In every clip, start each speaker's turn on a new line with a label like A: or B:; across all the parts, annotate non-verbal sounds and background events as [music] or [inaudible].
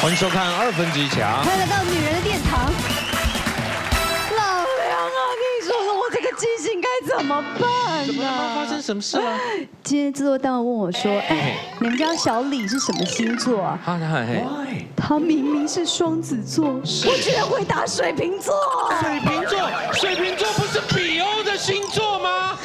A: 欢迎收看二分之一强。
B: 欢迎来到女人的殿堂。老梁啊，跟你说说，我这个记性该怎么办呢、
A: 发生什么事啊了？
B: 今天制作单位问我说：“哎，你们家小李是什么星座啊
A: 啊，那嘿，？”
B: 他明明是双子座，我居然回答水瓶座。
A: 水瓶座，水瓶座不是比欧的星座吗？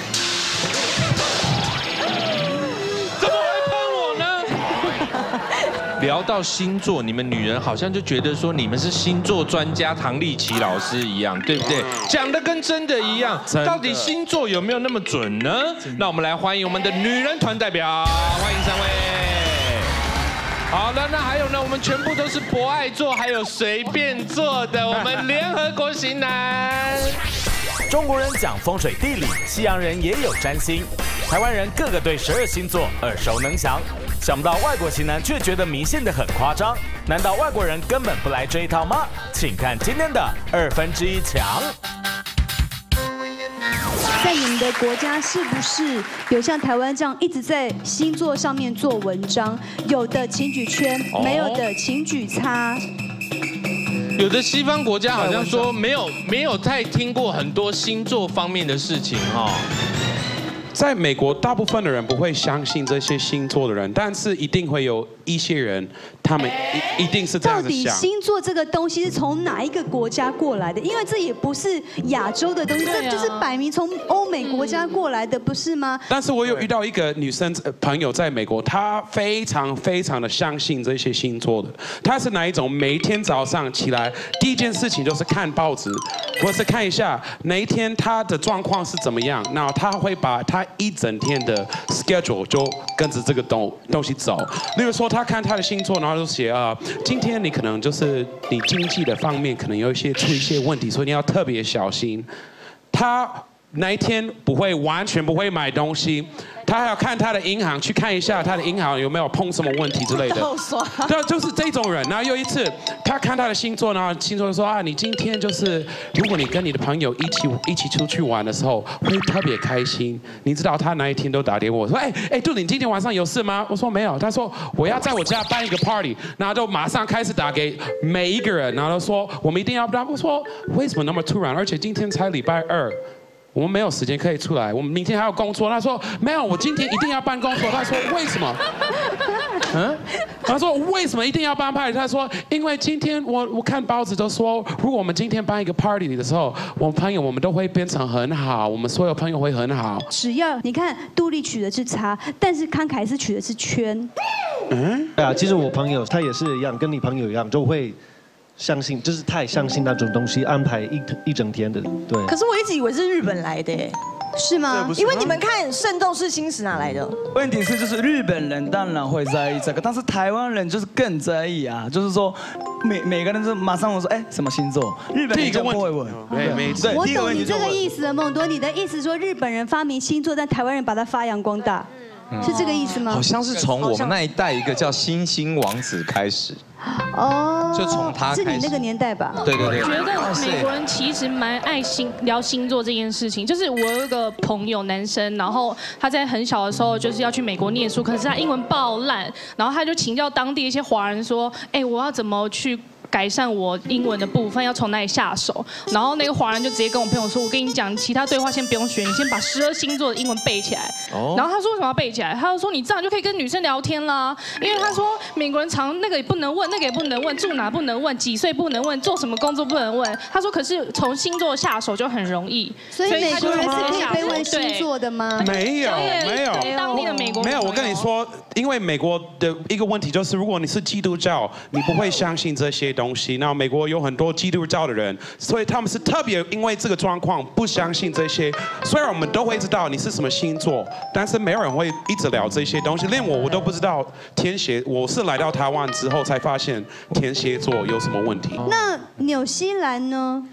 A: 怎么还喷我呢？聊到星座，你们女人好像就觉得说你们是星座专家唐丽琪老师一样，对不对？讲的跟真的一样，到底星座有没有那么准呢？那我们来欢迎我们的女人团代表，欢迎三位。好了，那还有呢？我们全部都是博爱座，还有随便座的。我们联合国型男，
C: 中国人讲风水地理，西洋人也有占星，台湾人个个对十二星座耳熟能详。想不到外国型男却觉得迷信的很夸张，难道外国人根本不来这一套吗？请看今天的二分之一强。
B: 在你们的国家是不是有像台湾这样一直在星座上面做文章？有的请举圈，
A: 哦
B: 没有的请举叉。
D: 有的西方国家好像说没有没有太听过很多星座方面的事情哈、
E: 在美国，大部分的人不会相信这些星座的人，但是一定会有一些人，他们一一定是这
B: 到
E: 样子
B: 底
E: 想。
B: 星座这个东西是从哪一个国家过来的？因为这也不是亚洲的东西，这就是摆明从欧美国家过来的，不是吗？
E: 但是我有遇到一个女生呃朋友在美国，她非常非常的相信这些星座的。她是哪一种？每天早上起来第一件事情就是看报纸，或是看一下哪一天她的状况是怎么样。那她会把她一整天的 schedule 就跟着这个东东西走。例如说，她看她的星座，然后就写啊，今天你可能就是你经济的方面可能有一些出一些问题，所以你要特别小心。他那一天不会完全不会买东西，他还要看他的银行去看一下他的银行有没有碰什么问题之
F: [laughs]
E: 类的。 [laughs] 对，啊
F: 啊
E: 就是这种人。然后又一次，他看他的星座，然后星座就说啊，你今天就是，如果你跟你的朋友一起一起出去玩的时候，会特别开心。你知道他哪一天都打电话我说，哎哎，杜你今天晚上有事吗？我说没有。他说我要在我家办一个 party，然后就马上开始打给每一个人，然后说我们一定要办。我说为什么那么突然？而且今天才礼拜二。我们没有时间可以出来，我们明天还有工作。他说没有，我今天一定要办工作。他说为什么？他说为什么一定要办 party？他说因为今天我我看报纸都说，如果我们今天办一个 party 的时候，我们朋友我们都会变成很好，我们所有朋友会很好。
B: 只要你看，杜丽取的是叉，但是康凯斯取的是圈。
G: 对啊，其实我朋友他也是一样，跟你朋友一样，就会相信，就是太相信那种东西，安排一一整天的，对。
H: 可是我一直以为是日本来的耶，
B: 是吗？
H: 因为你们看《圣斗士星矢》哪来的？
I: 问题是，就是日本人当然会在意这个，但是台湾人就是更在意啊，就是说每每个人就马上我说，哎，什么星座？日本
E: 第一
I: 人
E: 个
I: 就
E: 问
I: 不会问。
E: 对，没错。
B: 我
I: 第一个
B: 懂
I: 问
B: 你
I: 题
B: 这
I: 就
B: 个
I: 问
B: 意思了，孟多。你的意思说日本人发明星座，但台湾人把它发扬光大，是这个意思吗
J: 好？像是从我们那一代一个叫星星王子开
A: [laughs]
J: 始，
B: 哦，
J: 就从他
B: 是你
J: 开始
B: 那个年代吧？
J: 对对对，
K: 觉得美国人其实蛮爱星聊星座这件事情。就是我有一个朋友，男生，然后他在很小的时候就是要去美国念书，可是他英文爆烂，然后他就请教当地一些华人说：“哎，我要怎么去？”改善我英文的部分要从哪里下手？
B: 嗯
K: 然后那个华人就直接跟我朋友说：“我跟你讲，其他对话先不用学，你先把十二星座的英文背起来。”
J: 哦
K: 然后他说为什么要背起来？他就说你这样就可以跟女生聊天啦，因为他说美国人常那个也不能问，那个也不能问，住哪不能问，几岁不能问，做什么工作不能问。他说可是从星座下手就很容易，
B: 所以美
K: 他就
B: 国人是
K: 直
B: 可
K: 接
B: 以
K: 下
B: 被
K: 手
B: 问星
K: 对
B: 座的吗？
E: 没有，没有。
K: 当地的美国
E: 没有，我跟你，说，因为美国的一个问题就是，如果你是基督教，你不会相信这些东西。那美国有很多基督教的人，所以他们是特别因为这个状况不相信这些。虽然我们都会知道你是什么星座，但是没有人会一直聊这些东西。连我我都不知道天蝎，我是来到台湾之后才发现天蝎座有什么问题。
B: 那纽西兰呢？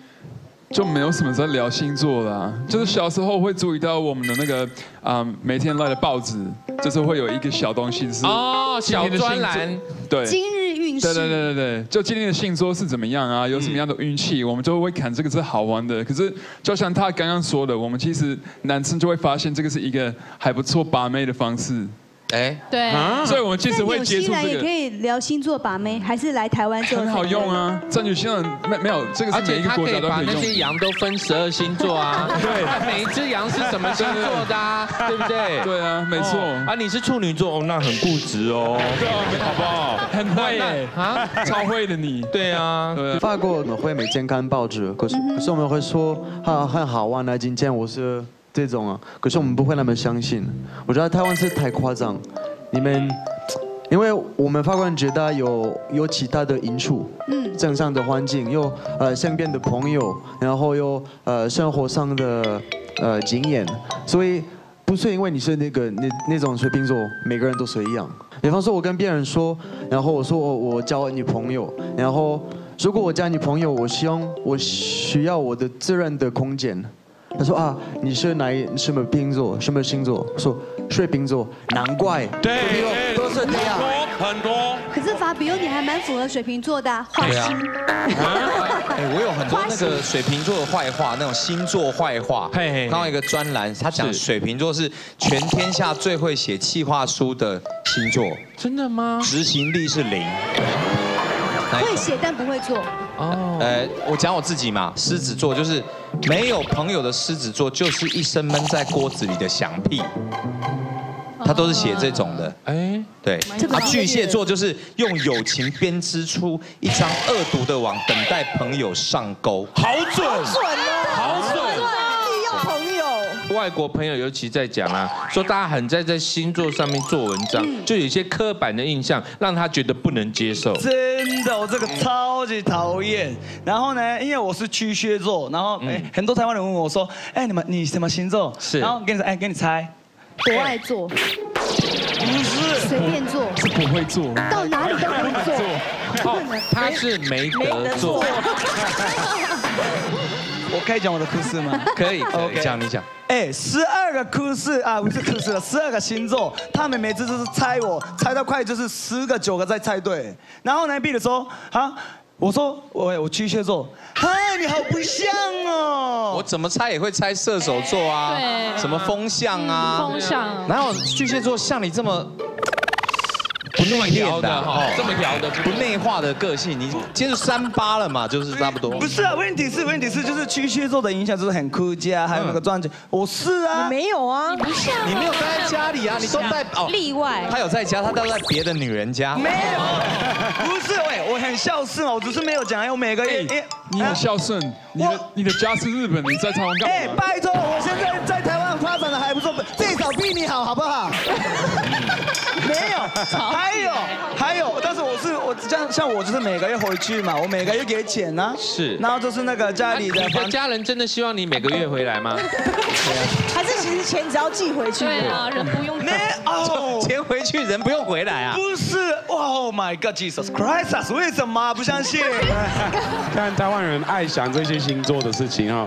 F: 就没有什么在聊星座啦、就是小时候会注意到我们的那个啊、嗯每天来的报纸，就是会有一个小东西是
D: 哦，
F: 今
D: 小
F: 天的星座
D: 专栏，
F: 对。
B: 今日运势
F: 对对对对对，就今天的星座是怎么样啊？有什么样的运气？我们就会看这个是好玩的。可是就像他刚刚说的，我们其实男生就会发现这个是一个还不错把妹的方式。
A: 哎，
K: 对
F: 啊所以我们其实会接触
B: 在纽西兰
F: 这
B: 也
F: 个
B: 可。以聊星座把妹，还是来台湾之后
F: 很
B: 才
F: 好
B: 能
F: 用啊，占据新人没没有这个
A: 而
F: 是每
A: 且
F: 一个
A: 他
F: 国
A: 可
F: 家
A: 以
F: 都
A: 把
F: 可以
A: 那
F: 用
A: 些。羊都分十二星座啊，
F: 对
A: 它 [laughs] 每一只羊是什么星座的，啊，对不对？
F: 对啊，没错。
A: 哦啊，你是处女座哦，那很固执哦，
F: 对啊，没好不好？很会耶
A: 啊，
F: 超会的你。
A: 对啊，
L: 法国我们会每天看报纸，可是可是我们会说啊很好玩啊，今天我是这种啊，可是我们不会那么相信。我觉得台湾是太夸张，你们，因为我们法国人觉得有有其他的因素，嗯，正常的环境，又呃身边的朋友，然后又呃生活上的呃经验，所以不是因为你是那个那那种水瓶座，每个人都是一样。比方说，我跟别人说，然后我说我我交女朋友，然后如果我交女朋友，我希望我需要我的自然的空间。他说啊，你是哪一什么星座？什么星座？我说水瓶座，难怪。对，都是这样。
E: 很多。
B: 可是法比欧你还蛮符合水瓶座的、啊，花
J: 对啊
B: 心。
J: 哎，我有很多那个水瓶座的坏话，那种星座坏话。看到一个专栏，他讲水瓶座是全天下最会写企划书的星座，
A: 真的吗？
J: 执行力是零。哪一种
B: 会写但不会做。
A: 哦，
J: 呃，我讲我自己嘛，狮子座就是没有朋友的狮子座，就是一生闷在锅子里的响屁。他都是写这种的，
A: 哎，
J: 对
A: 这。个
J: 啊，
A: 好
J: 巨蟹座就是用友情编织出一张恶毒的网，等待朋友上钩。
A: 好准，
H: 准哦，
A: 好准
H: 利用朋友。
A: 外国朋友尤其在讲啊，说大家很在在星座上面做文章，
B: 嗯
A: 就有一些刻板的印象，让他觉得不能接受。
I: 真的，我这个超级讨厌。然后呢，因为我是巨蟹座，然后哎，很多台湾人问我说，哎，你们你什么星座？是然后跟你哎，给你猜，
B: 多爱做，不
I: 是
B: 随便做，
F: 是不会做，
B: 到哪里都能做，
A: 哦，他是没得做，
I: 我可以讲我的故事吗？
J: [laughs] 可以，可以，讲你讲。
I: 哎，十二个故事啊，不是故事了，十二个星座，他们每次都是猜我，猜到快就是十个九个在猜对。然后呢，比如说啊，我说我我巨蟹座，嗨，你好不像哦。
J: 我怎么猜也会猜射手座啊，
I: 对
J: 什么风象啊，
K: 嗯风象
J: 哪有巨蟹座像你这么不内敛的哈，
A: 这么
J: 调的，不内化的个性，你接触三八了嘛，就是差不多。
I: 不是啊，问题是问题是就是巨蟹座的影响就是很酷家，
J: 嗯
I: 还有那个专辑，我是啊，
H: 没有啊，
I: 不
H: 像
J: 你没有待在家里啊，你都在哦，
H: 例外
J: 他有在家，他都在别的女人家。没有，哦
I: 不是喂，我很孝顺啊，我只是没有讲，哎我每个月哎
F: 你很孝顺，你的你的家是日本，你在台湾干嘛？
I: 哎拜托，我现在在台湾发展的还不错，最少比你好，好不好？没有，
F: 啊
I: 还有还有，但是我是我像像我就是每个月回去嘛，我每个月给钱呢、
A: 是
I: 然后就是那个家里的
A: 你
I: 房
A: 的家人真的希望你每个月回来吗？
J: [laughs]
H: 还是其实钱只要寄回去，
K: 对啊人不用
I: 没哦，
J: 钱回去人不用回来啊。
I: 不是，Oh my God Jesus Christ，为啊什么不相信？
E: 但台湾人爱想这些星座的事情啊、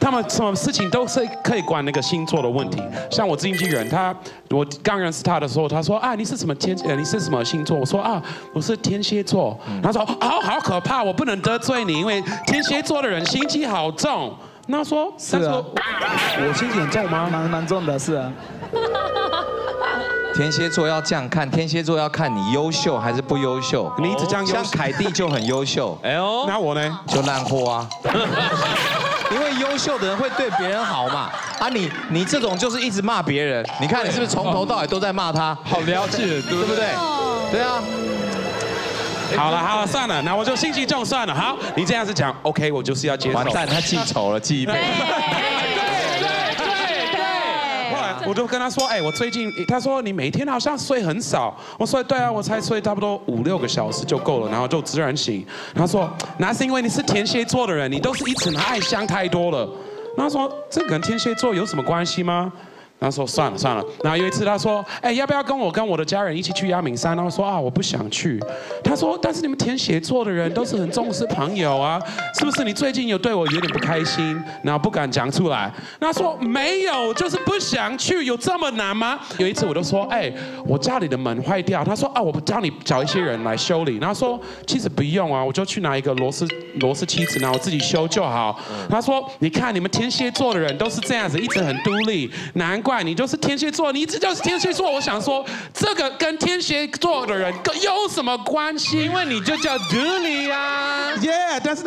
E: 他们什么事情都是可以管那个星座的问题。像我经纪人，他我刚认识他的时候，他说啊，你是什么天？呃，你是什么星座？我说啊，我是天蝎座。
J: 嗯
E: 他说哦好、好可怕，我不能得罪你，因为天蝎座的人心机好重。那我说
I: 是
E: 他
I: 啊
E: 说，
I: 我心很重吗？蛮蛮重的，是啊。
J: 天蝎座要这样看，天蝎座要看你优秀还是不优秀。
E: 你一直这样优秀
J: 像凯蒂就很优秀，
A: 哎呦，
E: 那我呢？
J: 就烂货啊。因为优秀的人会对别人好嘛，啊你你这种就是一直骂别人，你看你是不是从头到尾都在骂他？
F: 好了解，对
J: 不 [laughs] 对？对啊。哎
E: 好了好了，算了，那我就心机重算了。好，你这样子讲，OK，我就是要接受。
J: 完蛋，他记仇了，记一辈子。
E: 后来我就跟他说，哎，我最近，他说你每天好像睡很少。我说对啊，我才睡差不多五六个小时就够了，然后就自然醒。他说那是因为你是天蝎座的人，你都是一直拿爱香太多了。然后他说这个跟天蝎座有什么关系吗？然后说算了算了。然后有一次他说，哎，要不要跟我跟我的家人一起去阳明山？然后说啊，我不想去。他说，但是你们天蝎座的人都是很重视朋友啊，是不是？你最近有对我有点不开心，然后不敢讲出来。那他说没有，就是不想去，有这么难吗？有一次我就说，哎，我家里的门坏掉。他说啊，我家里找一些人来修理。然后说其实不用啊，我就去拿一个螺丝螺丝起子，然后我自己修就好。他说你看你们天蝎座的人都是这样子，一直很独立，难怪。怪，你就是天蝎座，你一直就是天蝎座。我想说，这个跟天蝎座的人跟有什么关系？因为你就叫啊德里呀。
M: 耶，但是，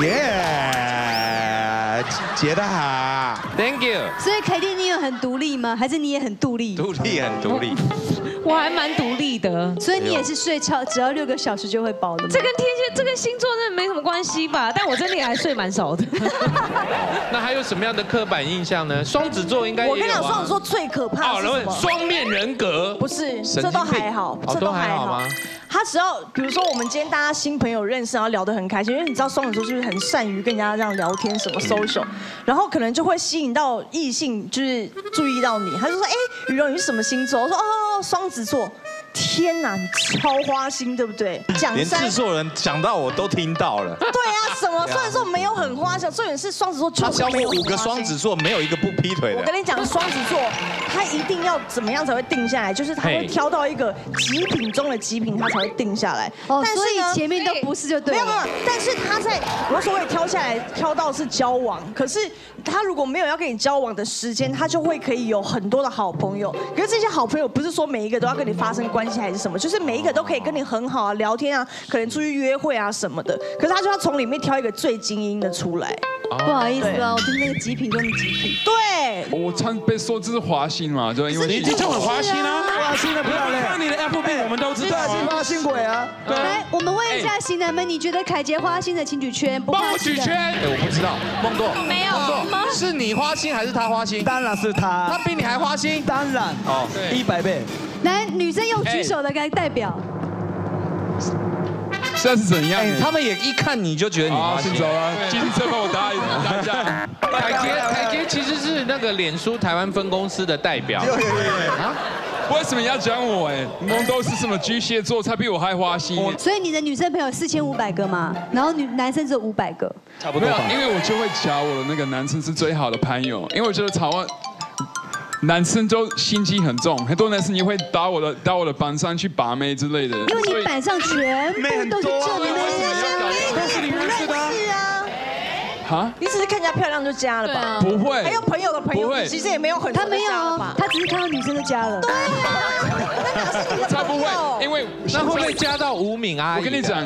M: 耶，杰得好
A: ，Thank you。
B: 所以凯蒂，你有很独立吗？还是你也很独立？
J: 独立很独立，
N: 我还蛮独立的，
B: 所以你也是睡超只要六个小时就会饱的吗？
N: 这跟天蝎，这跟星座真的没什么关系吧？但我真的也还睡蛮
B: [laughs]
N: 少的。
A: 那还有什么样的刻板印象呢？双子座应该也有
H: 我
A: 啊
H: 跟你讲，双子座最可怕
A: 哦
H: 是
A: 然
H: 什
A: 后
H: 么？
A: 双面人格
H: 不是，
A: 神经
H: 这
A: 病
H: 都还好
A: 哦，
H: 这
A: 都
H: 都
A: 还
H: 还好
A: 好吗。
H: 他只要比如说我们今天大家新朋友认识，然后聊得很开心，因为你知道双子座就是很善于跟人家这样聊天，什么 social，然后可能就会吸引到异性，就是注意到你。他就说：“哎，雨柔你是什么星座？”我说：“哦，双子座。”天哪，你超花心，对不对？讲
J: 连
H: 三
J: 制作人讲到我都听到了。
H: 对啊，什么？虽然说没有很花心，重点是双子座就
J: 他教
H: 是没有
J: 过
H: 很
J: 五个
H: 花
J: 双
H: 心
J: 子座，没有一个不劈腿
H: 我
J: 的
H: 跟。你讲，双子座他一定要怎么样才会定下来，就是他会
J: 嘿
H: 挑到一个极品中的极品，他才会定下来。
B: 哦
H: 但是呢
B: 所以前面都不是就对了
H: 没有没有，但是他在我所谓挑下来挑到是交往，可是他如果没有要跟你交往的时间，他就会可以有很多的好朋友。可是这些好朋友不是说每一个都要跟你发生关系还是什么，就是每一个都可以跟你很好啊，聊天啊，可能出去约会啊什么的。可是他就要从里面挑一个最精英的出来。
J: 哦
B: 不好意思啊，我听那个极品中的极品。
H: 对，
F: 我常被说这是华心嘛，就因为
E: 你这就很花心啊，
I: 花心的不要
E: 看你的 Apple 我们都知道啊
I: 对，心花心鬼啊，
E: 对啊
B: 来，我们问一下型男们，你觉得凯杰花心的请举圈，不花心的？
J: 哎，我不知道，梦过
B: 没有
J: 梦过是你花心还是他花心？
I: 当然是他，
J: 他比你还花心。
I: 当然，
J: 哦，
I: 一百倍。
B: 来，女生用举手的来代表。
F: 现在是怎样？
J: 哎他们也一看你就觉得你
F: 好
J: 花
F: 先
J: 心。
F: 走了，今天这帮我答啊应答一下。
A: 哦凯杰，凯杰其实是那个脸书台湾分公司的代表。
F: 啊？为什么要讲我？哎，你们都是什么巨蟹座，才比我还花心？
B: 所以你的女生朋友四千五百个嘛，然后女男生只有五百个。
F: 差不多没有，因为我就会瞧我的那个男生是最好的朋友，因为我觉得台湾男生都心机很重，很多男生也会打我的打我的板上去把妹之类的。
B: 因为你板上全部都是啊正妹，
H: 但是你不认识啊。
F: 啊，
H: 你只是看人家漂亮就加了吧？
F: 不会
H: 还有朋友的朋
F: 不
H: 友，
F: 会
H: 你其实也没有很多
B: 啊他没有
H: 加了
B: 哦
H: 吧，啊
B: 他只是看到女生就加了。
F: 他不会，因为
A: 那会不会加到吴敏阿
F: 我
A: 姨的啊
F: 跟你讲，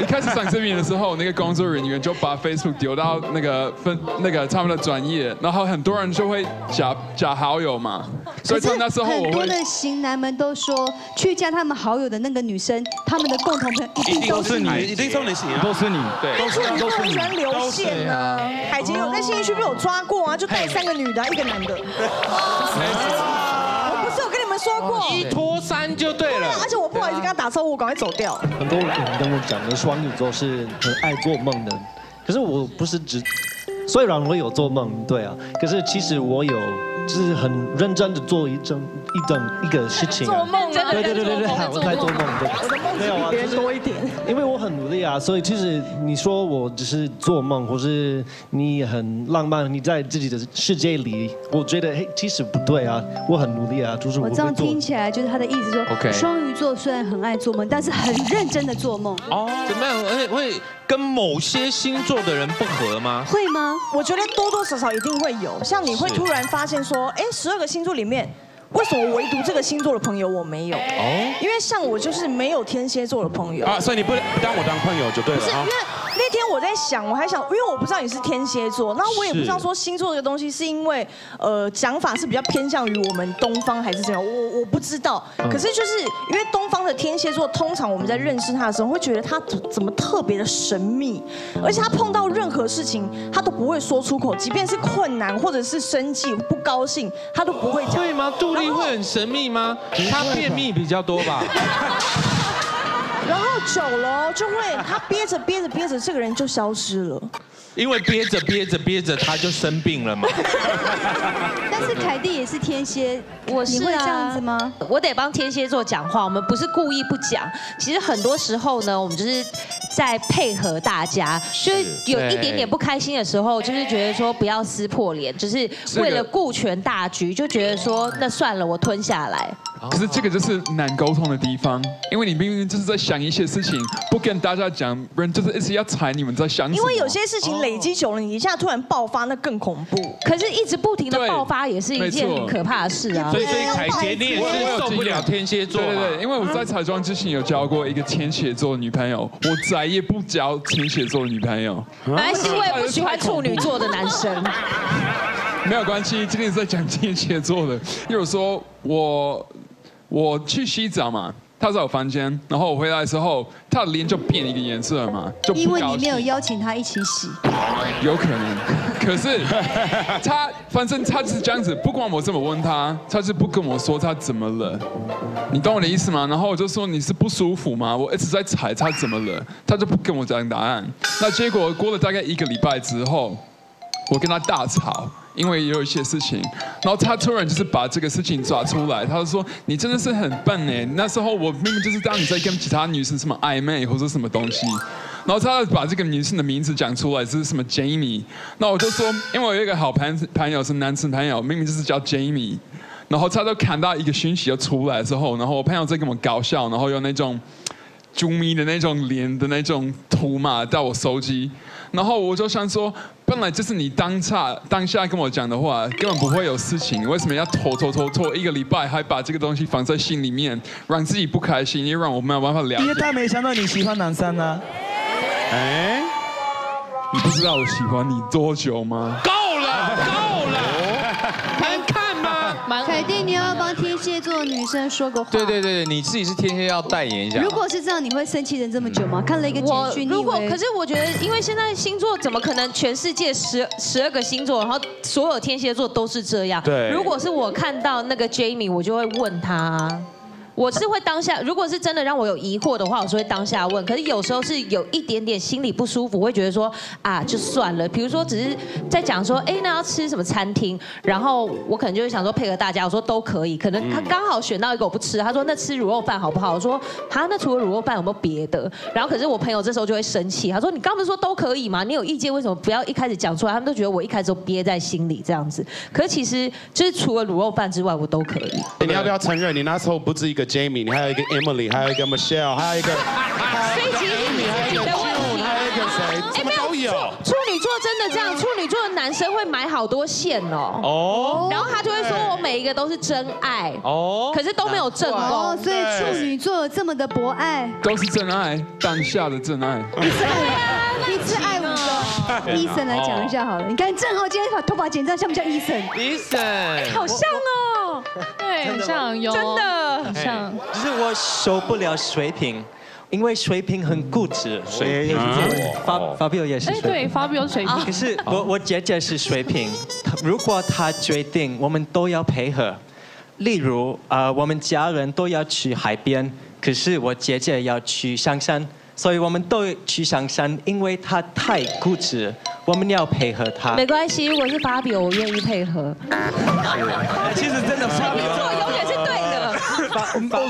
F: 一开始上这边的时候，那个工作人员就把 Facebook 丢到那个分那个他们的专业，然后很多人就会加加好友嘛，所以
B: 可
F: 从
B: 是
F: 那时候我
B: 很多
F: 会。
B: 的型男们都说，去加他们好友的那个女生，他们的共同朋友一定都是你。
E: 一定都是你啊，
I: 都是你，
A: 对
H: 但是你就很喜欢流线啊。海杰有在信义区被我抓过啊，就带三个女的啊，一个男的。我不是有跟你们说过，
A: 一拖三就对了
H: 对啊。而且我不好意思跟他打招呼，我赶快走掉。
G: 很多人跟我讲的双鱼座是很爱做梦的，可是我不是只，虽然我有做梦，对啊，可是其实我有就是很认真的做一整一整一个事情、啊。
N: 梦啊
G: 对对对对对，
N: 在
G: 我在做梦，对，没有啊，就是
H: 多一点。
G: 因为我很努力啊，所以其实你说我只是做梦，或是你很浪漫，你在自己的世界里，我觉得嘿，其实不对啊，我很努力啊，就是我
B: 我
G: 会
B: 这样
G: 做
B: 听起来就是他的意思说，
G: OK
B: 双鱼座虽然很爱做梦，但是很认真的做梦。
A: 哦，怎么样？而且会跟某些星座的人不合吗？
B: 会吗？
H: 我觉得多多少少一定会有，像你会
A: 是
H: 突然发现说，哎，十二个星座里面。为什么唯独这个星座的朋友我没有？哦，因为像我就是没有天蝎座的朋友
E: 啊，所以你不不当我当朋友就对
H: 不是，
E: 了
H: 因
E: 啊
H: 为。那天我在想，我还想，因为我不知道你是天蝎座，然后我也不
E: 是
H: 知道说星座这个东西是因为呃讲法是比较偏向于我们东方还是怎么样，我我不知道。
O: 嗯
H: 可是就是因为东方的天蝎座，通常我们在认识他的时候，会觉得他怎怎么特别的神秘，而且他碰到任何事情，他都不会说出口，即便是困难或者是生气、不高兴，他都不会讲。
A: 会吗？杜丽会很神秘吗？她便秘比较多吧？
H: 然后久了哦就会他憋着憋着憋着，这个人就消失了。
A: 因为憋着憋着憋着，她就生病了嘛。
B: 但是凯蒂也是天蝎，
N: 我是、啊、
B: 你会这样子吗？
N: 我得帮天蝎座讲话，我们不是故意不讲。其实很多时候呢，我们就是在配合大家，就是有一点点不开心的时候，就是觉得说不要撕破脸，就是为了顾全大局，就觉得说那算了，我吞下来。
A: 啊
F: 可是这个就是难沟通的地方，因为你明明就是在想讲一些事情，不跟大家讲，不然就是一直要猜你们在想什么。
H: 因为有些事情累积久了，你一下突然爆发，那更恐怖。
N: 可是，一直不停的
F: 对
N: 爆发也是一件
F: 没
N: 很
F: 错
N: 可怕的事啊。
A: 所以
F: 哎
A: 所以凯杰你也是受不了天蝎座嘛
F: 对对对，因为我在彩妆之前有交过一个天蝎座的女朋友，我再也不交天蝎座的女朋友。
N: 本来是因为不喜欢处女座的男生。
F: 没有关系，今天在讲天蝎座的。例如说，我我去洗澡嘛，他在我房间，然后我回来的时候，他的脸就变一个颜色了嘛，就
B: 因
F: 不
B: 为
F: 高
B: 你没
F: 兴
B: 有。邀请他一起洗。
F: 有可能，可是他反正他是这样子，不管我怎么问他，他是不跟我说他怎么了，你懂我的意思吗？然后我就说你是不舒服吗？我一直在猜他怎么了，他就不跟我讲答案。那结果过了大概一个礼拜之后，我跟他大吵，因为也有一些事情，然后他突然就是把这个事情抓出来，他就说：“你真的是很笨哎！那时候我明明就是当你在跟其他女生什么暧昧或者什么东西。”然后他把这个女生的名字讲出来，这是什么 Jamie？那我就说，因为我有一个好朋朋友是男生朋友，明明就是叫 Jamie，然后他就看到一个讯息就出来之后，然后我朋友在跟我搞笑，然后有那种啾咪的那种脸的那种图嘛，到我手机，然后我就想说，本来就是你当下当下跟我讲的话，根本不会有事情，为什么要拖拖拖拖一个礼拜，还把这个东西放在心里面，让自己不开心，又让我没有办法聊
J: 啊
I: 因。为他没想到你喜欢男生啊。
F: 哎，你不知道我喜欢你多久吗？
A: 够了，够了，能看
B: [laughs]
A: 吗？
B: 凯蒂，你要帮天蝎座女生说个话。
J: 对对对，你自己是天蝎，要代言一下。
B: 如果是这样，你会生气人这么久吗？看了一个
N: 我
B: 简讯，
N: 如果
B: 你以为
N: 可是我觉得，因为现在星座怎么可能全世界十十二个星座，然后所有天蝎座都是这样？
O: 对
N: 如果是我看到那个 Jamie，我就会问他。我是会当下，如果是真的让我有疑惑的话，我是会当下问。可是有时候是有一点点心里不舒服，会觉得说啊，就算了。比如说只是在讲说，哎，那要吃什么餐厅，然后我可能就会想说配合大家，我说都可以。可能他
O: 嗯
N: 刚好选到一个我不吃，他说那吃卤肉饭好不好？我说啊，那除了卤肉饭有没有别的？然后可是我朋友这时候就会生气，他说你刚不是说都可以吗？你有意见为什么不要一开始讲出来？他们都觉得我一开始都憋在心里这样子。可是其实就是除了卤肉饭之外，我都可以。
E: 你要不要承认，你那时候不止一个 Jamie，你还有一个 Emily，还有一个 Michelle，还有一个
N: 所以其实你自己的问题，还有一个谁，哎，没有处处女座真的这样，处女座的男生会买好多线哦。
O: 哦
N: 然后他就会说我每一个都是真爱
F: 哦
N: 哦，可是都没有正
B: 哦
N: 宫，，
B: 所以处女座有这么的博爱，
F: 都是真爱，当下的真爱。
B: 一次爱五个。
F: 天
B: 医
F: 哪
B: 生来讲一下好了，你看正浩今天把头发剪这样，像不像医生？
O: 医生，
B: 哎
K: 好像哦，对，很像，有
O: 真
K: 的很像。
O: 哎就是我受不了水瓶，因为水瓶很固执。水
P: 瓶
O: 发发表也是
K: 哎，
O: 水
K: 对，
O: 瓶。
K: 发飙水平。
O: 可是
G: 哦
O: 我我姐姐是水瓶，她如果她决定，我们都要配合。例如，呃，我们家人都要去海边，可是我姐姐要去上山，所以我们都去上山，因为她太固执，我们要配合她。
N: 没关系，如果是芭比，我愿意配合。
J: 哎
O: 其实真的
N: 水瓶
J: 啊
N: 座永远是对
J: [laughs]
N: 的。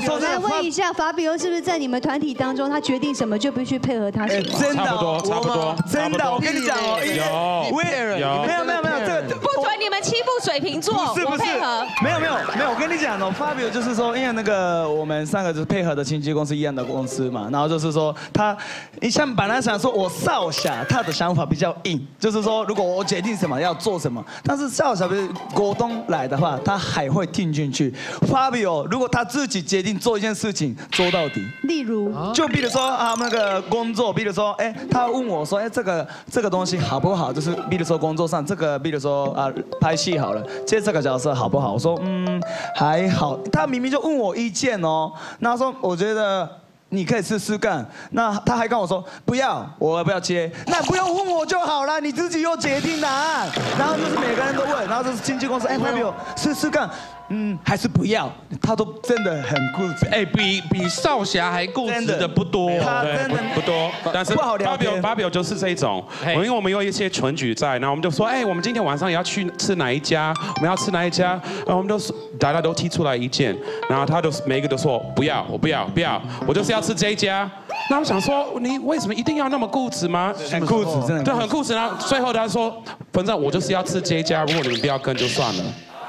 B: 我来问一下，法比欧是不是在你们团体当中，他决定什么就必须配合他什么？
I: 真的哦，
E: 差不多
I: 我吗真的，我跟你讲哦，
E: 有
I: 我也
E: 有
I: [laughs] 没有没有没有，这个
N: 不准你们欺负水瓶座，
I: 不是
N: 我
I: 不是
N: 配合。，
I: 没有没有没有，我跟你讲哦，Fabio 就是说，因为那个我们三个就是配合的经纪公司一样的公司嘛，然后就是说他，你像本来想说我少侠，他的想法比较硬，就是说如果我决定什么要做什么，但是少侠不是果东来的话，他还会听进去。Fabio 如果他自己决定做一件事情，做到底。
B: 例如，
I: 就比如说啊，那个工作，比如说，哎，他问我说，哎，这个这个东西好不好？就是比如说工作上这个，比如说啊，拍戏好了，接这个角色好不好？我说，嗯，还好。他明明就问我意见哦，那他说我觉得。你可以试试看，那他还跟我说不要，我不要接，那不用问我就好了，你自己又决定答案。然后就是每个人都问，然后就是经纪公司，哎，他没有试试看，嗯，还是不要，他都真的很固执。
A: 哎，比比少侠还固执的不多，
E: 他真的不多，但是
A: 不好聊
E: 发表
A: 天
E: 发表就是这种，因为我们有一些群举在，然后我们就说，哎，我们今天晚上要去吃哪一家，我们要吃哪一家，然后我们都说大家都提出来意见，然后他都每一个都说不要，我不要，不要，我就是要吃这一家。那我想说，你为什么一定要那么固执吗？很
I: 固执真的很固执
E: 对，很固执。然后最后他说，反正我就是要吃这一家，如果你们不要跟就算了。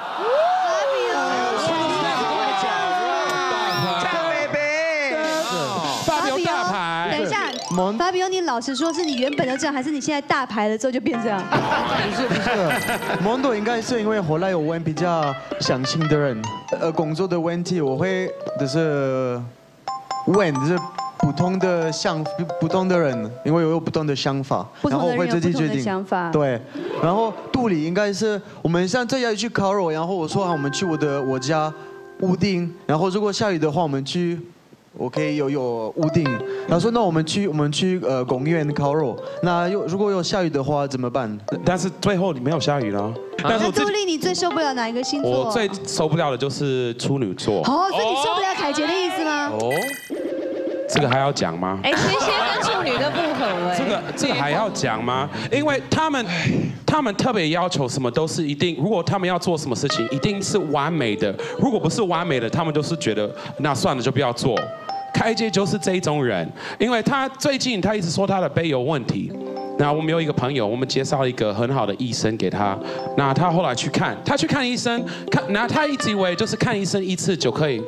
B: 法比欧
L: 么？
B: 法比欧，你老实说，是你原本就这样，还是你现在大牌了之后就变这样？
L: 不是不是，蒙多应该是因为后来我问比较相信的人，呃，工作的问题我会就是问就是普通的想普通的人，因为我有不同的想法，
B: 不同
L: 然
B: 的
L: 后
B: 人
L: 我会
B: 有
L: 自己
B: 不同
L: 决
B: 的
L: 定
B: 想法
L: 对，然后肚里应该是我们像这要去烤肉，然后我说好我们去我的我家屋顶，然后如果下雨的话我们去。我可以有有屋顶，然后说那我们去我们去呃公园烤肉，那又如果有下雨的话怎么办？
E: 但是最后你没有下雨
I: 啊
E: 了，但是
B: 那
E: 我最
B: 杜丽，你最受不了哪一个星座？
E: 我最受不了的就是处女座。
B: 哦，所以你受不了凯杰的意思吗？
E: 哦，这个还要讲吗？
N: 哎，天蝎跟处女都不合哎。
E: 这个这个还要讲吗？因为他们他们特别要求什么都是一定，如果他们要做什么事情，一定是完美的。如果不是完美的，他们就是觉得那算了，就不要做。开街就是这一种人，因为他最近他一直说他的背有问题。那我们有一个朋友，我们介绍一个很好的医生给他。那他后来去看，他去看医生，看，那他一直以为就是看医生一次就可以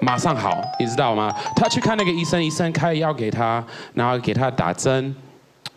E: 马上好，你知道吗？他去看那个医生，医生开药给他，然后给他打针，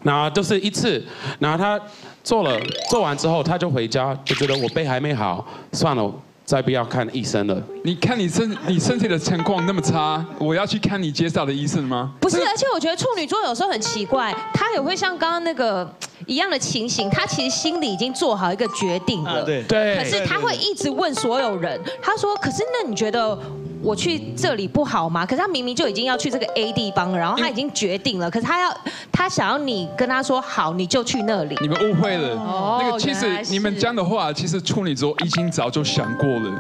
E: 然后就是一次，然后他做了，做完之后他就回家，就觉得我背还没好，算了，再不要看医生了。
F: 你看你身你身体的情况那么差，我要去看你介绍的医生吗？
N: 不是，而且我觉得处女座有时候很奇怪，他也会像刚刚那个一样的情形，他其实心里已经做好一个决定了，
P: 对
N: 可是他会一直问所有人，他说：“可是那你觉得？”我去这里不好吗？可是他明明就已经要去这个 A 地方了，然后他已经决定了，可是他要他想要你跟他说好，你就去那里。
F: 你们误会
N: 哦
F: 了，那个其
N: 原
F: 实
N: 来是
F: 你们讲的话，其实处女座已经早就想过了，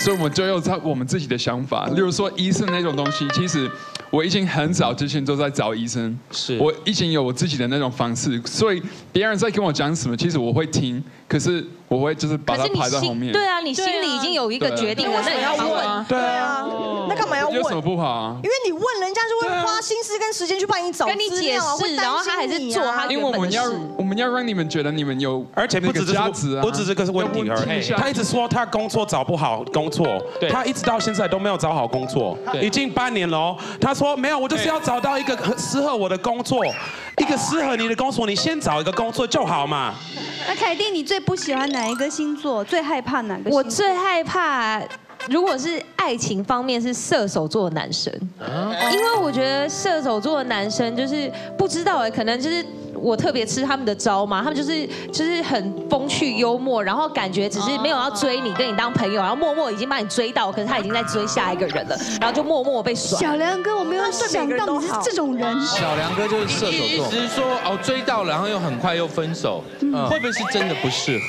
F: 所以我们就有他我们自己的想法。例如说医生那种东西，其实我已经很早之前就在找医生，是我已经有我自己的那种方式，所以别人在跟我讲什么，其实我会听，可是我会就是把
N: 可
F: 它
N: 是你
F: 排在后
N: 心
F: 面。
N: 对啊，你心里已经有一个决定了，那
H: 对
N: 你
H: 啊那
N: 要
H: 为什么要问
N: 问
H: 啊？对啊，那干嘛要
F: 有什么
H: 问？
F: 不好啊？
H: 因为你问人家就会花心思跟时间去帮你找
N: 跟你
H: 资料啊，
N: 解释
H: 会担心
N: 然后他还是
H: 你啊
N: 做他
F: 因为我们要我们要让你们觉得你们有，
E: 而且不
F: 那
E: 止
F: 个
E: 这
F: 价
E: 个
F: 值啊，
E: 不止这个是问题而已。他一直说他工作找不好工作，他一直到现在都没有找好工作，
F: 对
E: 已经半年了哦。他说没有，我就是要找到一个很适合我的工作，一个适合你的工作，你先找一个工作就好嘛。
B: 那凯蒂，你最不喜欢哪一个星座？最害怕哪个星座？
N: 我最害怕，如果是爱情方面是射手座的男生，因为我觉得射手座的男生就是不知道哎，可能就是。我特别吃他们的招嘛，他们就是就是很风趣幽默，然后感觉只是没有要追你，跟你当朋友，然后默默已经把你追到，可是他已经在追下一个人了，然后就默默被甩。
B: 小梁哥，我没有想到你是这种人。
J: 小梁哥就是射手
D: 一
J: 座，
D: 直说哦追到了，然后又很快又分手，会不会是真的不适合？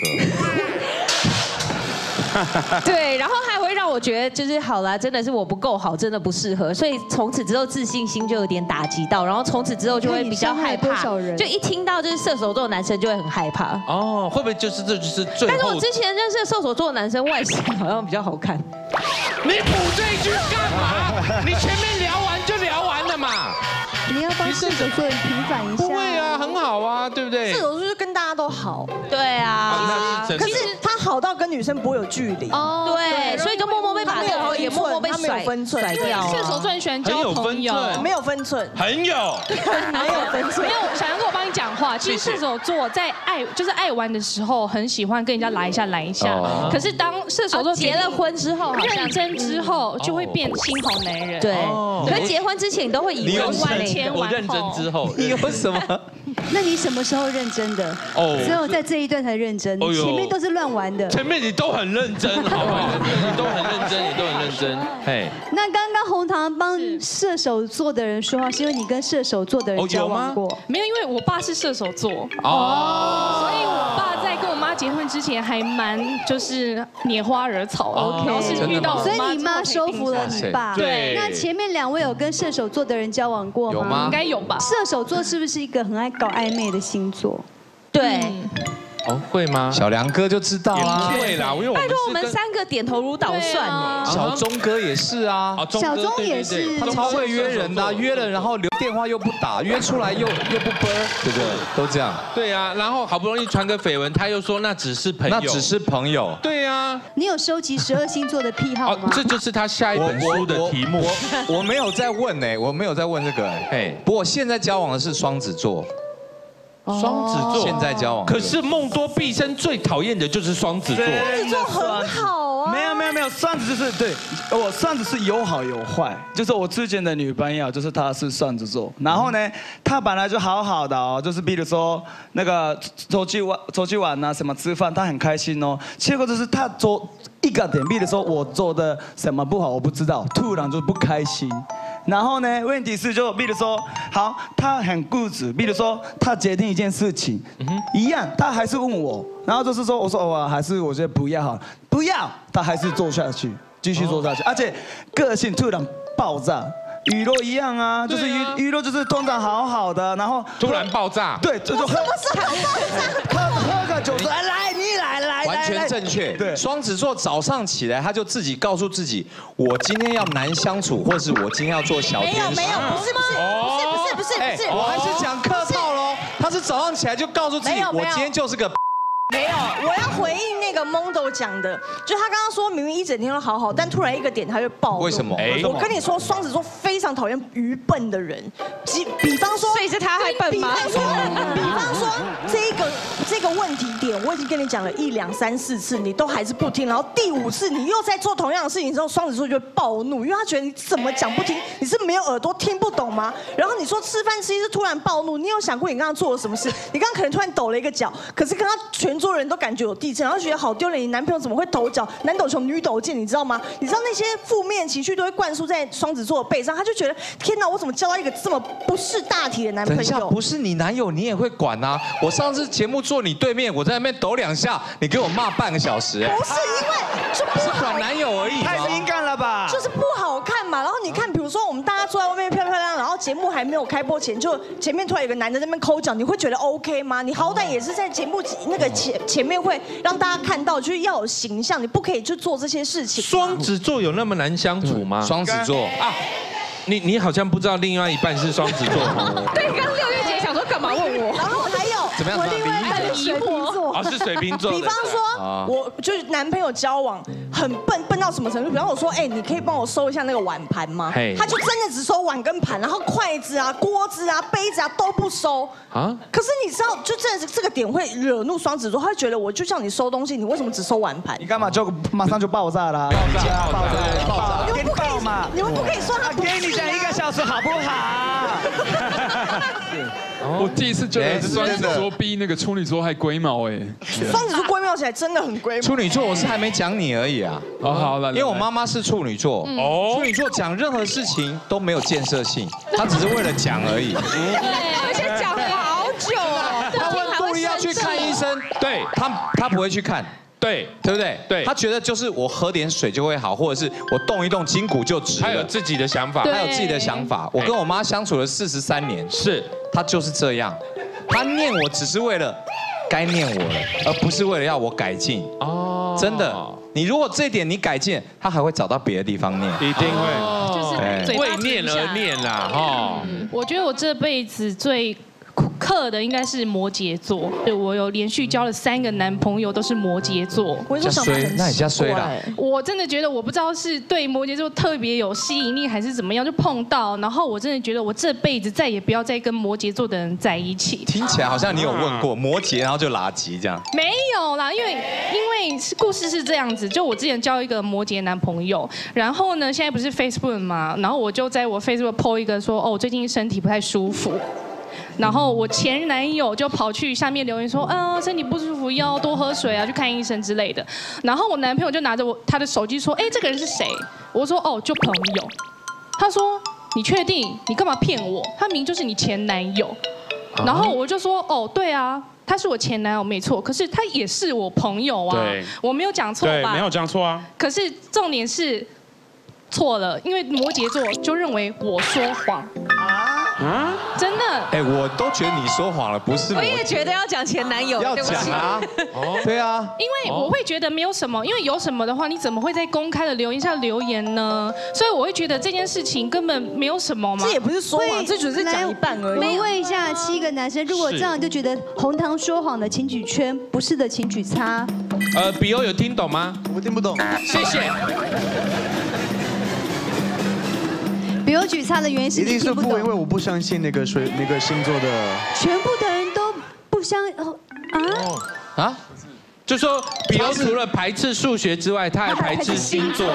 N: 对，然后还会让我觉得就是好啦，真的是我不够好，真的不适合，所以从此之后自信心就有点打击到，然后从此之后就会比较害
D: 你看你伤害多
N: 怕
D: 少人，
N: 就一听到就是射手座的男生就会很害怕。
D: 哦，会不会就是这就是最
N: 但是我
D: 后？
N: 之前认识的哎射手座的男生外形好像比较好看，
D: 你补这一句干嘛？你前面聊完就聊完了嘛。
B: 你要帮射手座人平反一下。
D: 不会啊，很好啊，对不对？
H: 射手座就是跟大家都好，
N: 对
D: 啊
H: 啊
D: 那是真的
H: 可是他好到跟女生不会有距离，
N: 哦对所以就默默被把掉也默默被
H: 他没有
N: 甩
H: 分寸，
N: 甩掉啊射手座很喜欢交朋友很有分寸
H: 没有分寸，
D: 很有，
N: [laughs]
H: 没有分寸，
K: 没有，小杨哥，我帮你讲话。其实射手座在爱就是爱玩的时候，很喜欢跟人家来一下来一下
N: 哦。
K: 可是当射手座
N: 哦结了婚之后好像哦
K: 认真之后就会变心红男人。
N: 对，可是结婚之前你都会以为
K: 完前完后。
D: 之后，
J: 你有什么？
B: 那你什么时候认真的？
D: 哦
B: 只有在这一段才认真，
D: 哎呦
B: 前面都是乱玩的。
D: 前面你都很认真，好不好？你都很认真，你都很认真，嘿。
B: 那刚刚红糖帮射手座的人说话，是因为你跟射手座的人
D: 哦
B: 交
D: 有吗
B: 往过？
K: 没有，因为我爸是射手座，
D: 哦，
K: 所以我爸在跟我妈结婚之前还蛮就是拈花惹草的，
N: 哦
K: 然后是遇到我
B: 所以你
K: 之后
B: 妈
K: 才
B: 收
K: 定
B: 服了
K: 下来
B: 你爸。
K: 对
B: 那前面两位有跟射手座的人交往过吗？
K: 有吗应该有吧
B: 射手座是不是一个很爱搞暧昧的星座？
N: 对。
A: 哦，会吗？
J: 小梁哥就知道啦，
A: 也不会啦，因为我们
N: 拜托我
A: 是
N: 们
A: 跟
N: 三个点头如捣蒜欸呢。
J: 小钟啊哥也是啊，
N: 小钟也是
J: 他超会约人的啊、约了然后留电话又不打，约出来又又不啵，对不对？都这样，
A: 对啊，然后好不容易传个绯闻，他又说那只是朋友，
J: 那只是朋友。
A: 对啊，
B: 你有收集十二星座的癖好吗？
A: 这就是他下一本书的题目。
J: 我我没有在问呢，我没有在问这个哎。不过现在交往的是双子座，
H: 哦
A: 双子座
J: 现在交往
A: 可是梦多毕生最讨厌的就是双子座。
H: 子座很好啊。
I: 没有没有没有，算子就是对我算子是有好有坏，就是我之前的女朋友，就是她是算子座，然后呢，她本来就好好的哦，就是比如说那个出去玩出去玩啊，什么吃饭，她很开心哦，结果就是她做一个点，比如说我做的什么不好，我不知道，突然就不开心。然后呢？问题是就比如说，好，她很固执，比如说她决定一件事情，一样，她还是问我，然后就是说，我说我还是我觉得不要好了，不要，她还是做下去，继续做下去，而且个性突然爆炸。雨露一样啊，就是雨雨露就是通常好好的，然后
A: 突然爆炸，
I: 对，就就啊喝
H: 是好
I: 喝喝个酒说，来来你来来，
J: 完全正确。对，双子座早上起来他就自己告诉自己，我今天要难相处，或是我今天要做小天
H: 没有
J: 使。
H: 没有，不是不是
A: 哦
H: 不是不是不
A: 哎
H: 是不是，
J: 我还是讲客套喽。他是早上起来就告诉自
H: 没
J: 己，
H: 有没
J: 我
H: 有
J: 今天就是个 X。
H: 没有，我要回应那个 Mondo 讲的，就他刚刚说明明一整天都好好，但突然一个点他就暴怒。
J: 为什么哎
H: 我跟你说，双子座非常讨厌愚笨的人，比比方说，
N: 所以是他还笨吗
H: 比方说，比方说这个这个问题点，我已经跟你讲了一两三四次，你都还是不听，然后第五次你又在做同样的事情之后，双子座就会暴怒，因为他觉得你怎么讲不听，你是没有耳朵听不懂吗？然后你说吃饭吃一次突然暴怒，你有想过你刚刚做了什么事？你刚刚可能突然抖了一个脚，可是刚刚全桌人都感觉有地震，然后觉得好丢脸，你男朋友怎么会抖脚？男抖穷，女抖贱，你知道吗？你知道那些负面情绪都会灌输在双子座的背上，他就觉得天哪，我怎么交到一个这么不识大体的男朋
J: 等一下，
H: 友？
J: 不是你男友，你也会管啊！我上次节目坐你对面，我在那边抖两下，你给我骂半个小时。哎
H: 不是因为就不
J: 是管男友而已吗太敏
I: 感了吧
H: 就是不好看嘛。然后你看，比如说我们大家坐在外面漂漂亮亮，然后节目还没有开播前，就前面突然有个男的在那边抠脚，你会觉得 OK 吗？你好歹也是在节目那个前前面会让大家看到，就是要有形象，你不可以去做这些事情。
A: 双子座有那么难相处吗？
J: 双子座
A: 啊，你你好像不知道另外一半是双子座。
N: 对，刚刚六月姐想说干嘛问我？
H: 然后还有
A: 怎么样
H: 我另外一半是水瓶座，
A: 哦是水瓶座的
H: 比方
A: 啊
H: 说，我就是男朋友交往很笨，笨到什么程度？比方我说，哎，你可以帮我收一下那个碗盘吗
A: 嘿？
H: 他就真的只收碗跟盘，然后筷子啊、锅子啊、杯子啊都不收。
A: 啊，
H: 可是你知道，就真的是这个点会惹怒双子座，他会觉得我就叫你收东西，你为什么只收碗盘？你
I: 干嘛就 [laughs] 马上就爆炸啦？爆炸爆炸爆炸！
H: 你们不可以嘛？你们不可以说他不是啊
I: 给你讲一个小时好不
E: [laughs]
I: 好？
F: 我第一次觉得
J: 哎是
F: 双子
J: 真的
F: 座比那个处女座还龟毛哎。
H: 双子座龟妙起来真的很龟毛。
J: 处女座，我是还没讲你而已啊。
F: 哦，好了，
J: 因为我妈妈是处女座，
H: 嗯
J: 哦，处女座讲任何事情都没有建设性，她只是为了讲而已。
N: 而且讲了好久哦，
J: 他问顾虑要去看医生，对他他不会去看，
A: 对
J: 对不对？
A: 对
J: 他觉得就是我喝点水就会好，或者是我动一动筋骨就直了。
A: 他有自己的想法，
J: 他有自己的想
H: 哎
J: 法。我跟我妈相处了四十三年，
A: 是
J: 她就是这样，她念我只是为了该念我了，而不是为了要我改进。
A: 哦，
J: 真的，你如果这一点你改进，她还会找到别的地方念，
A: 一定
N: 哦
A: 会，
J: 就是
K: 嘴巴
A: 为念而念啦，哈。
H: 嗯
J: 嗯
K: 我觉得我这辈子最克的应该是摩羯座，对我有连续交了三个男朋友都是摩羯座。
H: 我
J: 说小马很奇怪那你家衰啦
K: 我真的觉得我不知道是对摩羯座特别有吸引力还是怎么样，就碰到，然后我真的觉得我这辈子再也不要再跟摩羯座的人在一起。
J: 听起来好像你有问过摩羯，然后就垃圾这样。
K: 没有啦，因为因为是故事是这样子，就我之前交一个摩羯男朋友，然后呢，现在不是 Facebook 嘛，然后我就在我 Facebook po 一个说，哦，我最近身体不太舒服。然后我前男友就跑去下面留言说，啊，身体不舒服要多喝水啊，去看医生之类的。然后我男朋友就拿着我他的手机说，哎，这个人是谁？我说，哦，就朋友。他说，你确定？你干嘛骗我？他明明就是你前男友。
E: 啊
K: 然后我就说，哦，对啊，他是我前男友没错，可是他也是我朋友啊
E: 对，
K: 我没有讲错
E: 对，
K: 吧？
E: 没有讲错啊。
K: 可是重点是错了，因为摩羯座就认为我说谎。
J: 啊？
K: 真的。
J: 哎，我都觉得你说谎了，不是
N: 我也觉得要讲前男友，
J: 要
N: 对不
J: 讲
N: 起。
J: 啊，
A: 哦
J: 对啊，
K: 因为我会觉得没有什么，因为有什么的话，你怎么会在公开的留言下留言呢？所以我会觉得这件事情根本没有什么嘛。
H: 这也不是说谎，这只是讲一半而已。
B: 没问一下七个男生，如果这样就觉得红糖说谎的，请举圈；不是的，请举叉。
D: 呃，比欧有听懂吗？
L: 我听不懂。
D: 谢谢。
B: 比如举叉的原因是
L: 一
B: 你
L: 定是
B: 听
L: 不，
B: 不
L: 因
B: 懂，
L: 为我不相信那个水那个星座的。
B: 全部的人都不相哦啊。
J: 啊？
D: 就说比欧除了排斥数学之外，他还排斥星
K: [laughs]
D: 座，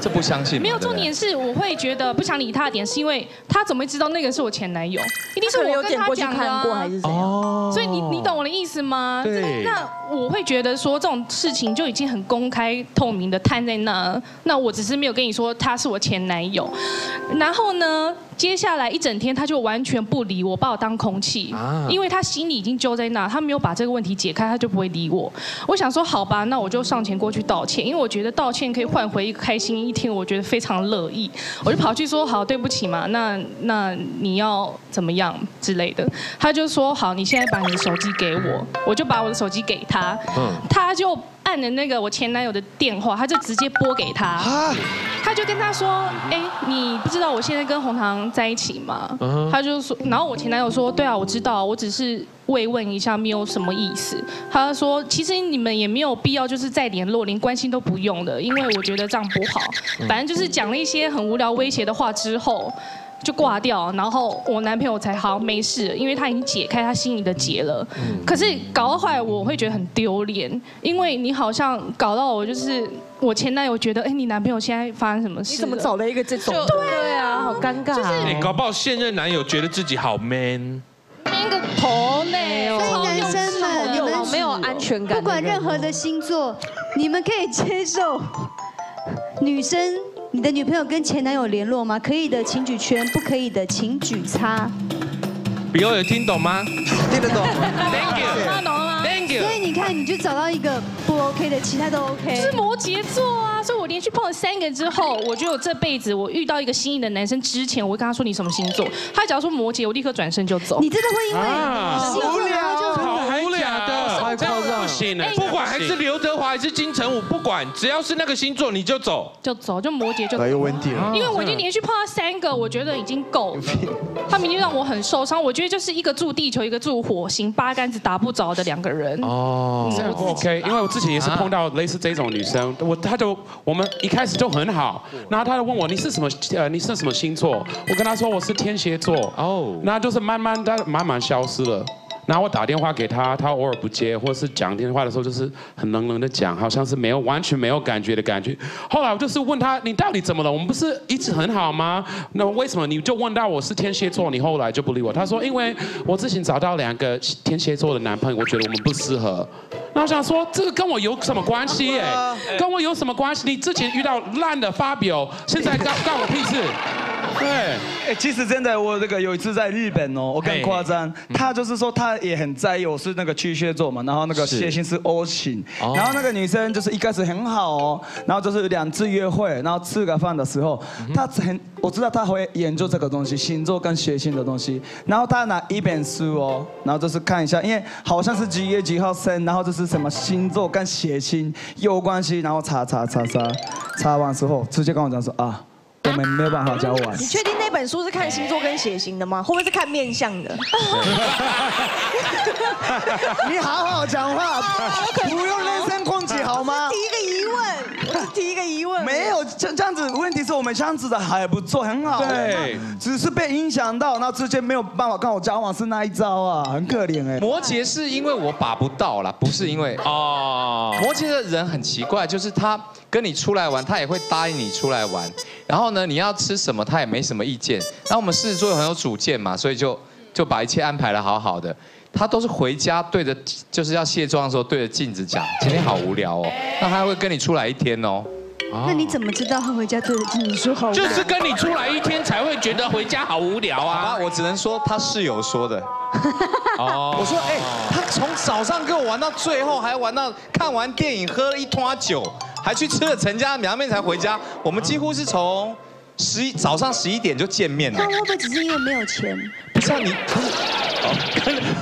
J: 这不相信
K: 没有重点是，我会觉得不想理他的点是因为他怎么会知道那个是我前男友？一定是我跟他讲的
H: 他可能有点过去看过还
K: 啊
H: 是。
J: 哦
K: 所以你你懂我的意思吗？
J: 对
K: 这那我会觉得说这种事情就已经很公开透明的摊在那儿，那我只是没有跟你说他是我前男友。然后呢，接下来一整天他就完全不理我，把我当空气，
P: 啊
K: 因为他心里已经揪在那，他没有把这个问题解开，他就不会理我。我想说，好吧，那我就上前过去道歉，因为我觉得道歉可以换回一个开心一天，我觉得非常乐意。我就跑去说，好，对不起嘛，那那你要怎么样之类的。他就说，好，你现在把你的手机给我，我就把我的手机给他，
P: 嗯
K: 他就按了那个我前男友的电话，他就直接拨给
P: 啊
K: 他，他就跟他说：“哎，你不知道我现在跟红糖在一起吗
P: 嗯？”哼
K: 他就说，然后我前男友说：“对啊，我知道，我只是慰问一下，没有什么意思。”他说：“其实你们也没有必要就是再联络，连关心都不用的，因为我觉得这样不好。
P: 嗯
K: 反正就是讲了一些很无聊威胁的话之后。”就挂掉，然后我男朋友才好没事，因为他已经解开他心里的结了。可是搞到后来，我会觉得很丢脸，因为你好像搞到我，就是我前男友觉得，哎，你男朋友现在发生什么事？
H: 你怎么找了一个这种？
K: 对啊，好尴尬。就是
D: 哎，搞不好现任男友觉得自己好 man。
K: 那个头嘞，
B: 所以男生们，你们不管任何的星座，你们可以接受女生。你的女朋友跟前男友联络吗？可以的，请举圈；不可以的，请举叉。
D: 比欧有听懂吗？
L: 听得懂。
D: Thank you。
K: 懂了吗
D: ？Thank you
B: 所以你看，你就找到一个不 OK 的，其他都 OK。
K: 是摩羯座啊，所以我连续碰了三个之后，我觉得我这辈子我遇到一个心仪的男生之前，我会跟他说你什么星座，他只要说摩羯，我立刻转身就走。
B: 你真的会因为
E: 啊
K: 哦
D: 星座然后就好无聊的，这样不行
K: 哎
D: 的。不管还是刘德华还是金城武，不管只要是那个星座你就走。
K: 就走，就摩羯就走。
D: 哎有问题了
K: 因为我已经连续碰到三个，我觉得已经够了。他们已经让我很受伤。我觉得就是一个住地球，一个住火星，八竿子打不着的两个人。
E: 哦啊
K: 嗯
E: 这样不 OK，因为我之前也是碰到类似这种女生，我她就我们一开始就很好，然后她就问我你是什么呃你是什么星座，我跟她说我是天蝎座，哦，那就是慢慢的慢慢消失了。然后我打电话给她，她偶尔不接，或是讲电话的时候就是很冷冷的讲，好像是没有完全没有感觉的感觉。 [laughs] 后来我就是问她，你到底怎么了？我们不是一直很好吗？那为什么你就问到我是天蝎座，你后来就不理我？她说因为我之前找到两个天蝎座的男朋友，我觉得我们不适合。那我想说，这个跟我有什么关系？哎，跟我有什么关系？你之前遇到烂的发表，现在告告我屁事？对。
I: 哎，其实真的，我这个有一次在日本哦，我更夸张，他就是说他也很在意我是那个巨蟹座嘛，然 [laughs] 后那个
E: 是
I: 蟹星是 O 型，
E: 哦
I: 然后那个女生就是一开始很好哦，然后就是两次约会，然后吃个饭的时候，她很我知道她会研究这个东西，星座跟血型的东西，然后她拿一本书哦，然后就是看一下，因为好像是几月几号生，然后就是什么星座跟血型有关系，然后查查查查，查完之后直接跟我讲说啊，我们没有办法交往。
H: 你确定那本书是看星座跟血型的吗？会不会是看面相的？
I: [laughs] 你好好讲
H: [laughs] 哦
I: 话，不用人身攻击好吗？
H: 第一个疑问，我是第一个疑问。
I: 没有这这样子，问题是我们这样子的还不错，很好。
D: 对，
I: 只是被影响到，那之前没有办法跟我交往是那一招啊，很可怜哎。
J: 摩羯是因为我把不到啦，不是因为
D: 哦。
J: 摩羯的人很奇怪，就是他跟你出来玩，他也会答应你出来玩。然后呢，你要吃什么，他也没什么意见。然后我们狮子座很有主见嘛，所以就就把一切安排的好好的。他都是回家对着，就是要卸妆的时候对着镜子讲，今天好无聊哦。那他还会跟你出来一天哦。
B: 那你怎么知道他回家对着镜子说好？
D: 就是跟你出来一天才会觉得回家好无聊啊！
J: 我只能说他室友说的。
D: [laughs] 哦，
J: 我说哎、他从早上跟我玩到最后，还玩到看完电影喝了一拖酒，还去吃了陈家凉面才回家。我们几乎是从十一早上十一点就
D: [laughs]
J: 见面了
B: 他。会不会只是因为没有钱？
J: 不是啊，你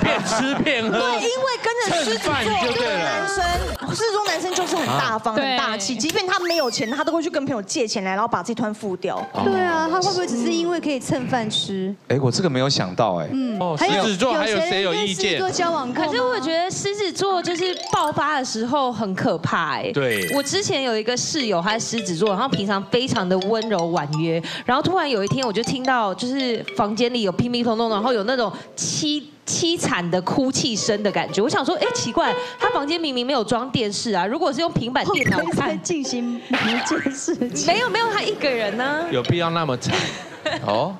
A: 骗吃骗喝，
H: 对，因为跟着狮子
A: 蹭饭就
H: 座
A: 对
H: 的
A: 了
H: 男生，狮子座男生就是很大方、
B: 啊
H: 很大气，即便他没有钱，他都会去跟朋友借钱来，然后把自己突然付掉。
B: 对啊，他会不会只是因为可以蹭饭吃？
J: 哎，我这个没有想到哎。
B: 嗯
J: 哦狮子座还有谁有意见
N: 可是我觉得狮子座就是爆发的时候很可怕哎。
J: 对
N: 我之前有一个室友，他是狮子座，然后平常非常的温柔婉约，然后突然有一天我就听到就是房间里有乒乒乓乓，然后有那种凄凄惨的哭泣声的感觉，我想说，哎，奇怪，他房间明明没有装电视啊，如果是用平板电脑看，
B: 进行某一件事情，
N: 没有没有，他一个人呢、啊
A: 有必要那么惨？
J: 哦，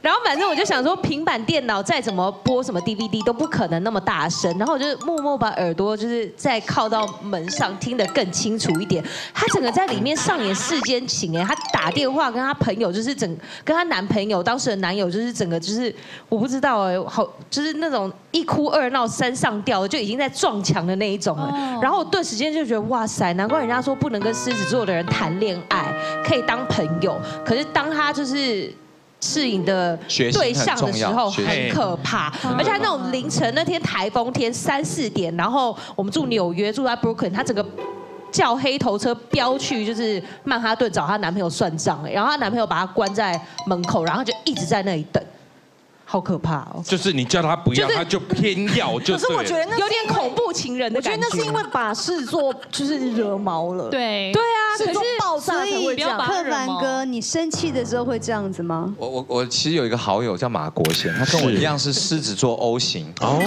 N: 然后反正我就想说，平板电脑再怎么播什么 DVD 都不可能那么大声，然后我就默默把耳朵就是再靠到门上，听得更清楚一点。她整个在里面上演世间情哎，她打电话跟她朋友，就是整跟她男朋友当时的男友，就是整个就是我不知道哎，好就是那种一哭二闹三上吊，就已经在撞墙的那一种了。然后我顿时间就觉得哇塞，难怪人家说不能跟狮子座的人谈恋爱，可以当朋友，可是当他就是。适应的
J: 学习
N: 对
J: 很
N: 象的
J: 重
N: 时
J: 要
N: 候
J: 学
N: 很
J: 习
N: 可怕，
H: 嗯
N: 而且他那种凌晨那天台风天三四点，然后我们住纽约住在 Brooklyn，他整个。叫黑头车飙去就是曼哈顿找她男朋友算账，哎然后她男朋友把她关在门口，然后就一直在那里等，好可怕哦！
A: 就是你叫他不要，他就偏要，就
H: 可是我觉得那
N: 有点恐怖情人
H: 的感觉。我觉得那是因为把狮子座就是惹毛了。
K: [laughs] 对
N: 对啊
H: 狮子座爆炸
B: 所
H: 才
B: 以
H: 会这样。
B: 克凡哥，你生气的时候会这样子吗？
J: 我我我其实有一个好友叫马国贤，他跟我一样是狮子座 O 型哦，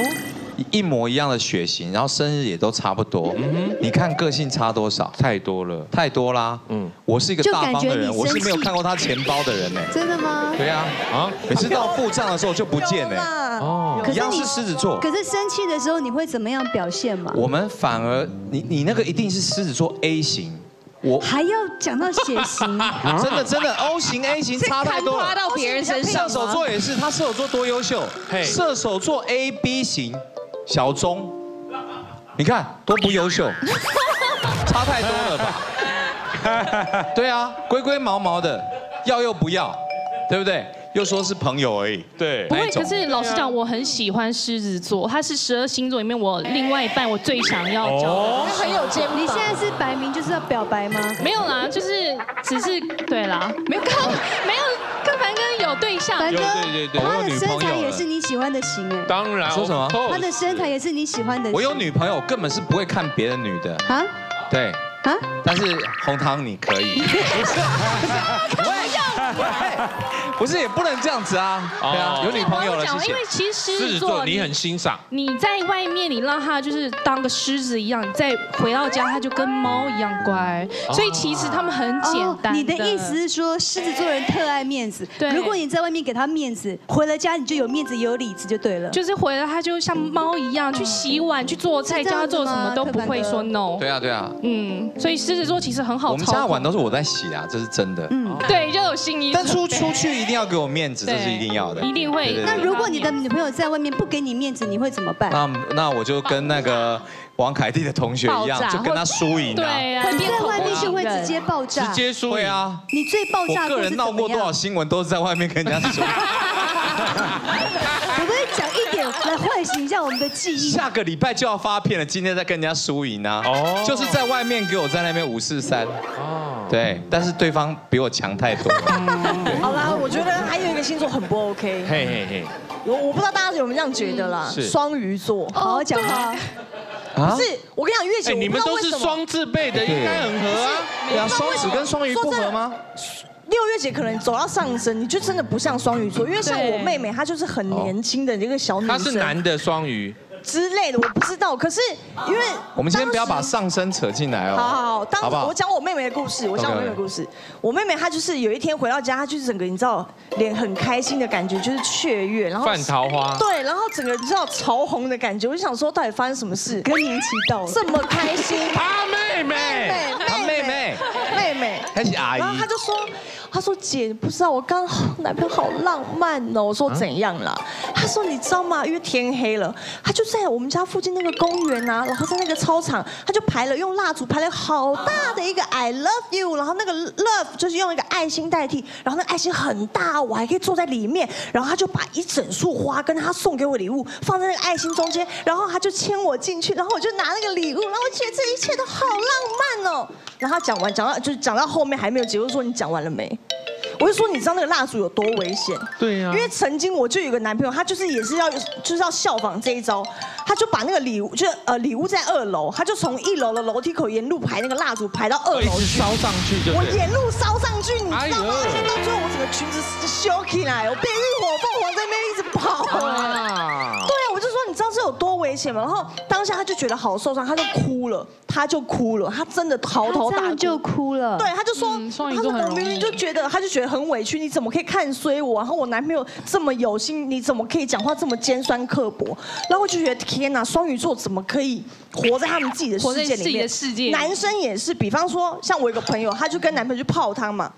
J: 一模一样的血型，然后生日也都差不多。你看个性差多少？嗯太多了，太多啦。嗯，我是一个
B: 就
J: 大
B: 感
J: 方
B: 觉
J: 的人，
B: 你
J: 我是
B: 生
J: 没有
B: 气
J: 看过他钱包的人呢。
B: 真的吗？
J: 对啊，啊，每次到付账的时候就不见
B: 有
J: 呢
B: 啦。
J: 哦，一样是狮子座。
B: 可是生气的时候你会怎么样表现嘛？
J: 我们反而你你那个一定是狮子座 A 型，我，
B: 还要讲到血型
J: 真的真的 O 型 A 型差太多了，哦
N: 看花到别人身上吗
J: 射手座也是，他射手座多优秀，射手座 A B 型，小钟，你看多不优秀，差太多了吧？ [laughs] 对啊，龟龟毛毛的，要又不要，对不对？又说是朋友而已，对
K: 不会，可是老实讲，我很喜欢狮子座，他是十二星座里面我另外一半我最想要交
J: 哦
K: 的。
J: 那很有
B: 肩膀你现在是摆明就是要表白吗？
K: 没有啦，就是只是对啦，没有刚没有跟凡哥有对象，
B: 凡哥
A: 有对对对
B: 他
A: 我有
B: 的
A: 女
B: 身
A: 朋
B: 材
A: 友
B: 也
A: 了
B: 是你喜欢的型哎。
A: 当然
J: 说什么 of course
B: 他的身材也是你喜欢的型。
J: 我有女朋友，根本是不会看别的女的，
B: 啊
K: [laughs]
J: 对，
B: 啊！
J: 但是红糖你可以。不是也不能这样子啊，
D: 哦
J: 对啊，有女朋友了，
K: 我
J: 谢
K: 讲
J: 谢。
K: 因为其实狮子座
A: 狮子座你很欣赏，
K: 你在外面，你让他就是当个狮子一样，你再回到
B: 啊
K: 家，他就跟猫一样乖。所以其实他们很简
B: 哦
K: 单。
B: 你的意思是说，狮子座人特爱面子。
K: 对
B: 如果你在外面给他面子，回了家你就有面子有里子就对了。嗯
K: 就是回来他就像猫一样去洗碗、去做菜，
B: 是这
K: 叫
B: 样
K: 他
B: 子
K: 做什
B: 吗
K: 么都不会说 no。
J: 对啊，对啊，
K: 嗯，所以狮子座其实很好操
J: 我
K: 控。
J: 们家的碗都是我在洗啊，这是真的。嗯，
K: 对，
J: [laughs]
K: 就有心意。
J: 但出出去一定要给我面子，
B: 对
J: 这是一定要的。
K: 一定会
J: 对对对
B: 那如果你的女朋友在外面不给你面子，你会怎么办？
J: 那那我就跟那个王凯蒂的同学一
B: 爆
J: 样
B: 炸，
J: 就跟他输赢啊。
B: 呀你在外面就会直接爆炸，
J: 直接输赢会啊。
B: 你最爆炸的
J: 我个
B: 过
J: 人
B: 是
J: 闹
B: 怎么
J: 过多
B: 样？
J: 少新闻，都是在外面跟人家输。
B: [laughs] 我们讲一点来唤醒一下我们的记忆。
J: 下个礼拜就要发片了，今天在跟人家输赢啊。哦，就是在外面给我在那边五四三。哦，对，但是对方比我强太
A: [laughs]
J: 多了。
H: 好啦，我觉得还有一个星座很不 OK，
J: 嘿嘿嘿。
H: 我我不知道大家有没有这样觉得啦
J: 嗯。是
H: 双鱼座，好好讲啊。
J: 啊
H: 不是，我跟你讲，月姐，
A: 哎，你们都是双字辈的，应该很合啊。
H: 对啊双子跟双鱼不合
J: 吗？
H: 六月姐可能走到上升，你就真的不像双鱼座，因为像我妹妹，她就是很年轻的一个
B: 嗯
H: 小女
A: 他
H: 生，
A: 哦是男的双鱼，
H: 之类的，我不知道。可是因为
J: [laughs] 我们先不要把上身扯进来哦。
H: 好好好，当
J: 好不
H: 时
J: 好
H: 我讲我妹妹的故事，我讲我妹妹的故事。我妹妹她就是有一天回到家，她就是整个你知道脸很开心的感觉，就是雀跃，然后
A: 犯桃花
H: 对，然后整个你知道潮红的感觉，我就想说到底发生什么事？
B: 更年期到了，
H: 这么开心，
A: 她妹妹
H: 妹妹，
A: 她妹妹
H: 妹妹妹，
J: 还是阿姨
H: 然后她就说，她说姐，你不知道我刚好男朋友好浪漫哦。我说怎样啦？她说你知道吗？因为天黑了，她就在我们家附近那个公园啊，然后在那个操场，她就排了用蜡烛排了好大的一个 I love you，然后那个 love 就是用一个爱心代替，然后那个爱心很大，我还可以坐在里面，然后她就把一整束花跟她送给我礼物放在那个爱心中间，然后她就牵我进去，然后我就拿那个礼物，然后我觉得这一切都好浪漫哦。然后她讲完，讲到就是讲到后面还没有结束，说你讲完了没？我就说你知道那个蜡烛有多危险？
A: 对呀
H: 因为曾经我就有一个男朋友，他就是也是要就是要效仿这一招，他就把那个礼物就呃礼物在二楼，他就从一楼的楼梯口沿路排那个蜡烛排到二
A: 一
H: 楼
A: 哎直
H: 去，
A: 烧上去就
H: 我
A: 对
H: 沿路烧上去，你知道吗？
A: 哎
H: 而
A: 呦
H: 且到最后我整个裙子修起来，我变浴火凤凰在那边一直跑。对啊，我就说你知道这有多危险吗？然后当下他就觉得好受伤，他就哭了，他就哭了，他真的嚎啕大哭，就
B: 哭了。
H: 对，他就说，
K: 嗯
H: 他说我明明就觉得，他就觉得很委屈，你怎么可以看衰我？然后我男朋友这么有心，你怎么可以讲话这么尖酸刻薄？然后我就觉得天哪，双鱼座怎么可以活在他们自己的世
K: 活在
H: 界里
K: 自己的
H: 面？
K: 世界
H: 男生也是，比方说像我有个朋友，她就跟男朋友去泡汤嘛。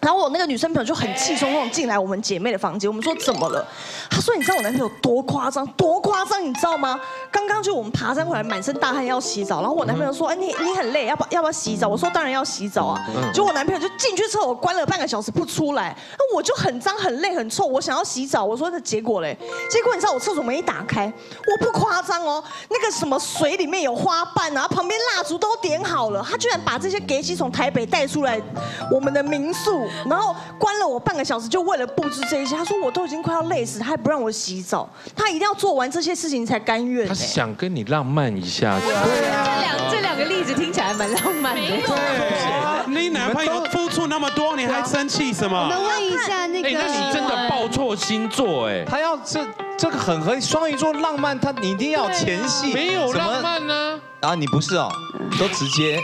H: 然后我那个女生朋友就很气冲冲地进来我们姐妹的房间，我们说怎么了？她说你知道我男朋友多夸张，多夸张，你知道吗？刚刚就我们爬山回来，满身大汗要洗澡，然后我男朋友说，哎你你很累，要不要不要洗澡？我说哦当然要洗澡啊
P: 嗯。
H: 结果我男朋友就进去厕所关了半个小时不出来，那我就很脏很累很臭，我想要洗澡，我说那结果嘞？结果你知道我厕所门一打开，我不夸张哦，那个什么水里面有花瓣啊，旁边蜡烛都点好了，他居然把这些给洗从台北带出来我们的民宿，然后关了我半个小时，就为了布置这一些。他说我都已经快要累死，他还不让我洗澡，他一定要做完这些事情才甘愿。欸
A: 他想跟你浪漫一下。啊
N: 这两这两个例子听起来蛮浪漫的。
E: 你男朋友付出那么多，你还生气什
B: 我
E: 么？
B: 们问一下那个，
A: 哎，那你真的报错星座哎。
D: 他
J: 要这这个很合理，双鱼座浪漫，他你一定要有前戏，
D: 没有
J: 什么
D: 浪漫呢、
J: 啊，你不是哦，都直接。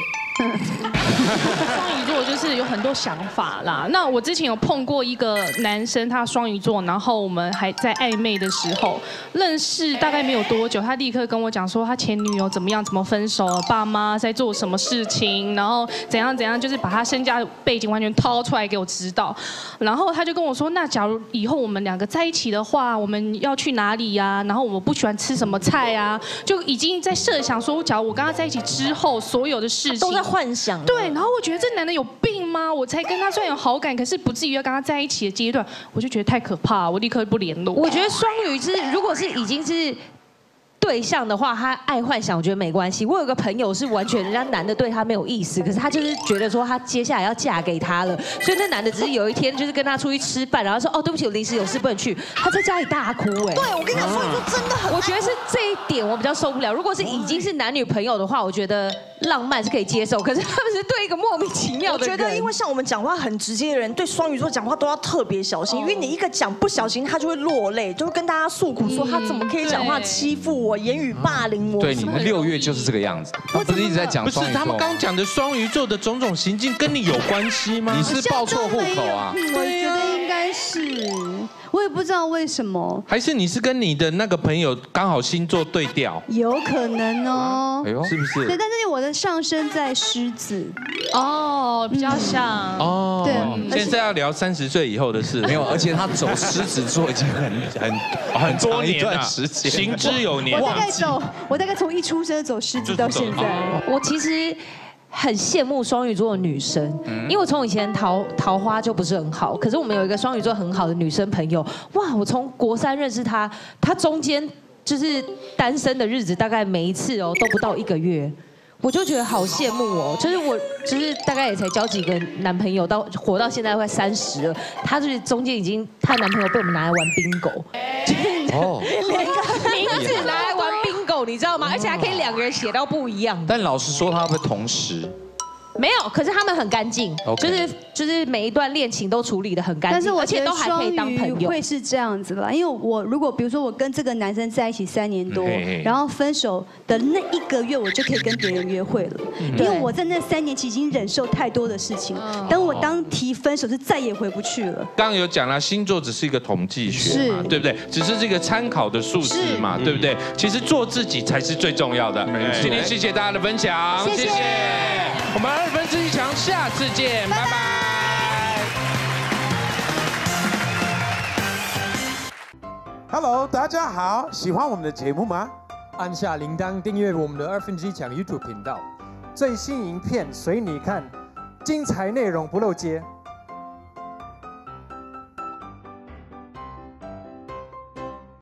K: 双鱼座就是有很多想法啦。那我之前有碰过一个男生，他双鱼座，然后我们还在暧昧的时候认识，大概没有多久，他立刻跟我讲说他前女友怎么样，怎么分手，爸妈在做什么事情，然后怎样怎样，就是把他身家背景完全掏出来给我知道。然后他就跟我说，那假如以后我们两个在一起的话，我们要去哪里呀、然后我不喜欢吃什么菜呀、就已经在设想说，假如我跟他在一起之后，所有的事情
N: 都在幻想。啊
K: 对，然后我觉得这男的有病吗？我才跟他虽然有好感，可是不至于要跟他在一起的阶段，我就觉得太可怕，我立刻不联络。
N: 我觉得双鱼是，如果是已经是对象的话，他爱幻想，我觉得没关系。我有个朋友是完全人家男的对他没有意思，可是他就是觉得说他接下来要嫁给他了，所以那男的只是有一天就是跟他出去吃饭，然后说哦对不起，我临时有事不能去，他在家里大哭哎。
H: 对，我跟你讲，双鱼座真的很，
N: 我觉得是这一点我比较受不了。如果是已经是男女朋友的话，我觉得浪漫是可以接受，可是他们是对一个莫名其妙
H: 我
N: 的人。
H: 觉得，因为像我们讲话很直接的人，对双鱼座讲话都要特别小
N: 哦
H: 心，因为你一个讲不小心，他就会落泪，就会跟大家诉苦
N: 嗯
H: 说他怎么可以讲话欺负我、言语霸凌我。
J: 对，你们六月就是这个样子，他不是一直在讲
A: 不是
J: 双鱼座
A: 他们刚讲的双鱼座的种种行径跟你有关系吗？
J: 你是报错户口啊
B: 嗯我觉得应该是，我也不知道为什么，
A: 还是你是跟你的那个朋友刚好星座对调？
B: 有可能哦。
A: 哎呦是不是
B: 对，但是我的上升在狮子，嗯
K: 哦，比较像。
A: 哦，
B: 对
A: 现在要聊三十岁以后的事，
J: 没有，而且他走狮子座已经很很很长一段时间，
A: 行之有年啊
B: 我大概走，我大概从一出生走狮子到现在。
J: 嗯
N: 我其实很羡慕双鱼座的女生，
J: 嗯
N: 因为我从以前桃桃花就不是很好，可是我们有一个双鱼座很好的女生朋友，哇，我从国三认识她，她中间就是单身的日子，大概每一次哦都不到一个月。我就觉得好羡慕哦，就是我，就是大概也才交几个男朋友，到活到现在快三十了，她就是中间已经她男朋友被我们拿来玩 bingo，
J: 哦，
N: 名字拿来玩 bingo，你知道吗？而且还可以两个人写到不一样。
J: 但老实说，他会同时，
N: 没有，可是他们很干净
J: OK
N: 就是就是每一段恋情都处理的很干净，
B: 但是我
N: 而
B: 觉
N: 且
B: 得
N: 都还可以当
B: 双
N: 朋
B: 鱼
N: 友。
B: 会是这样子吧，因为我如果比如说我跟这个男生在一起三年多
N: 嗯嘿嘿，
B: 然后分手的那一个月，我就可以跟别人约会了，因为我在那三年期已经忍受太多的事情，
N: 嗯
B: 等我当提分手是再也回不去了。
A: 刚刚有讲了，星座只是一个统计学嘛，
B: 是
A: 对不对？只是这个参考的数字嘛，对不对？哎啊其实做自己才是最重要的。今天谢谢大家的分享，
D: 谢谢
Q: 我们二分之一强，下次见，拜拜。
A: Hello，大家好，喜欢我们的节目吗？
O: 按下铃铛订阅我们的二分之一强 YouTube 频道，
R: 最新影片随你看，精彩内容不漏接。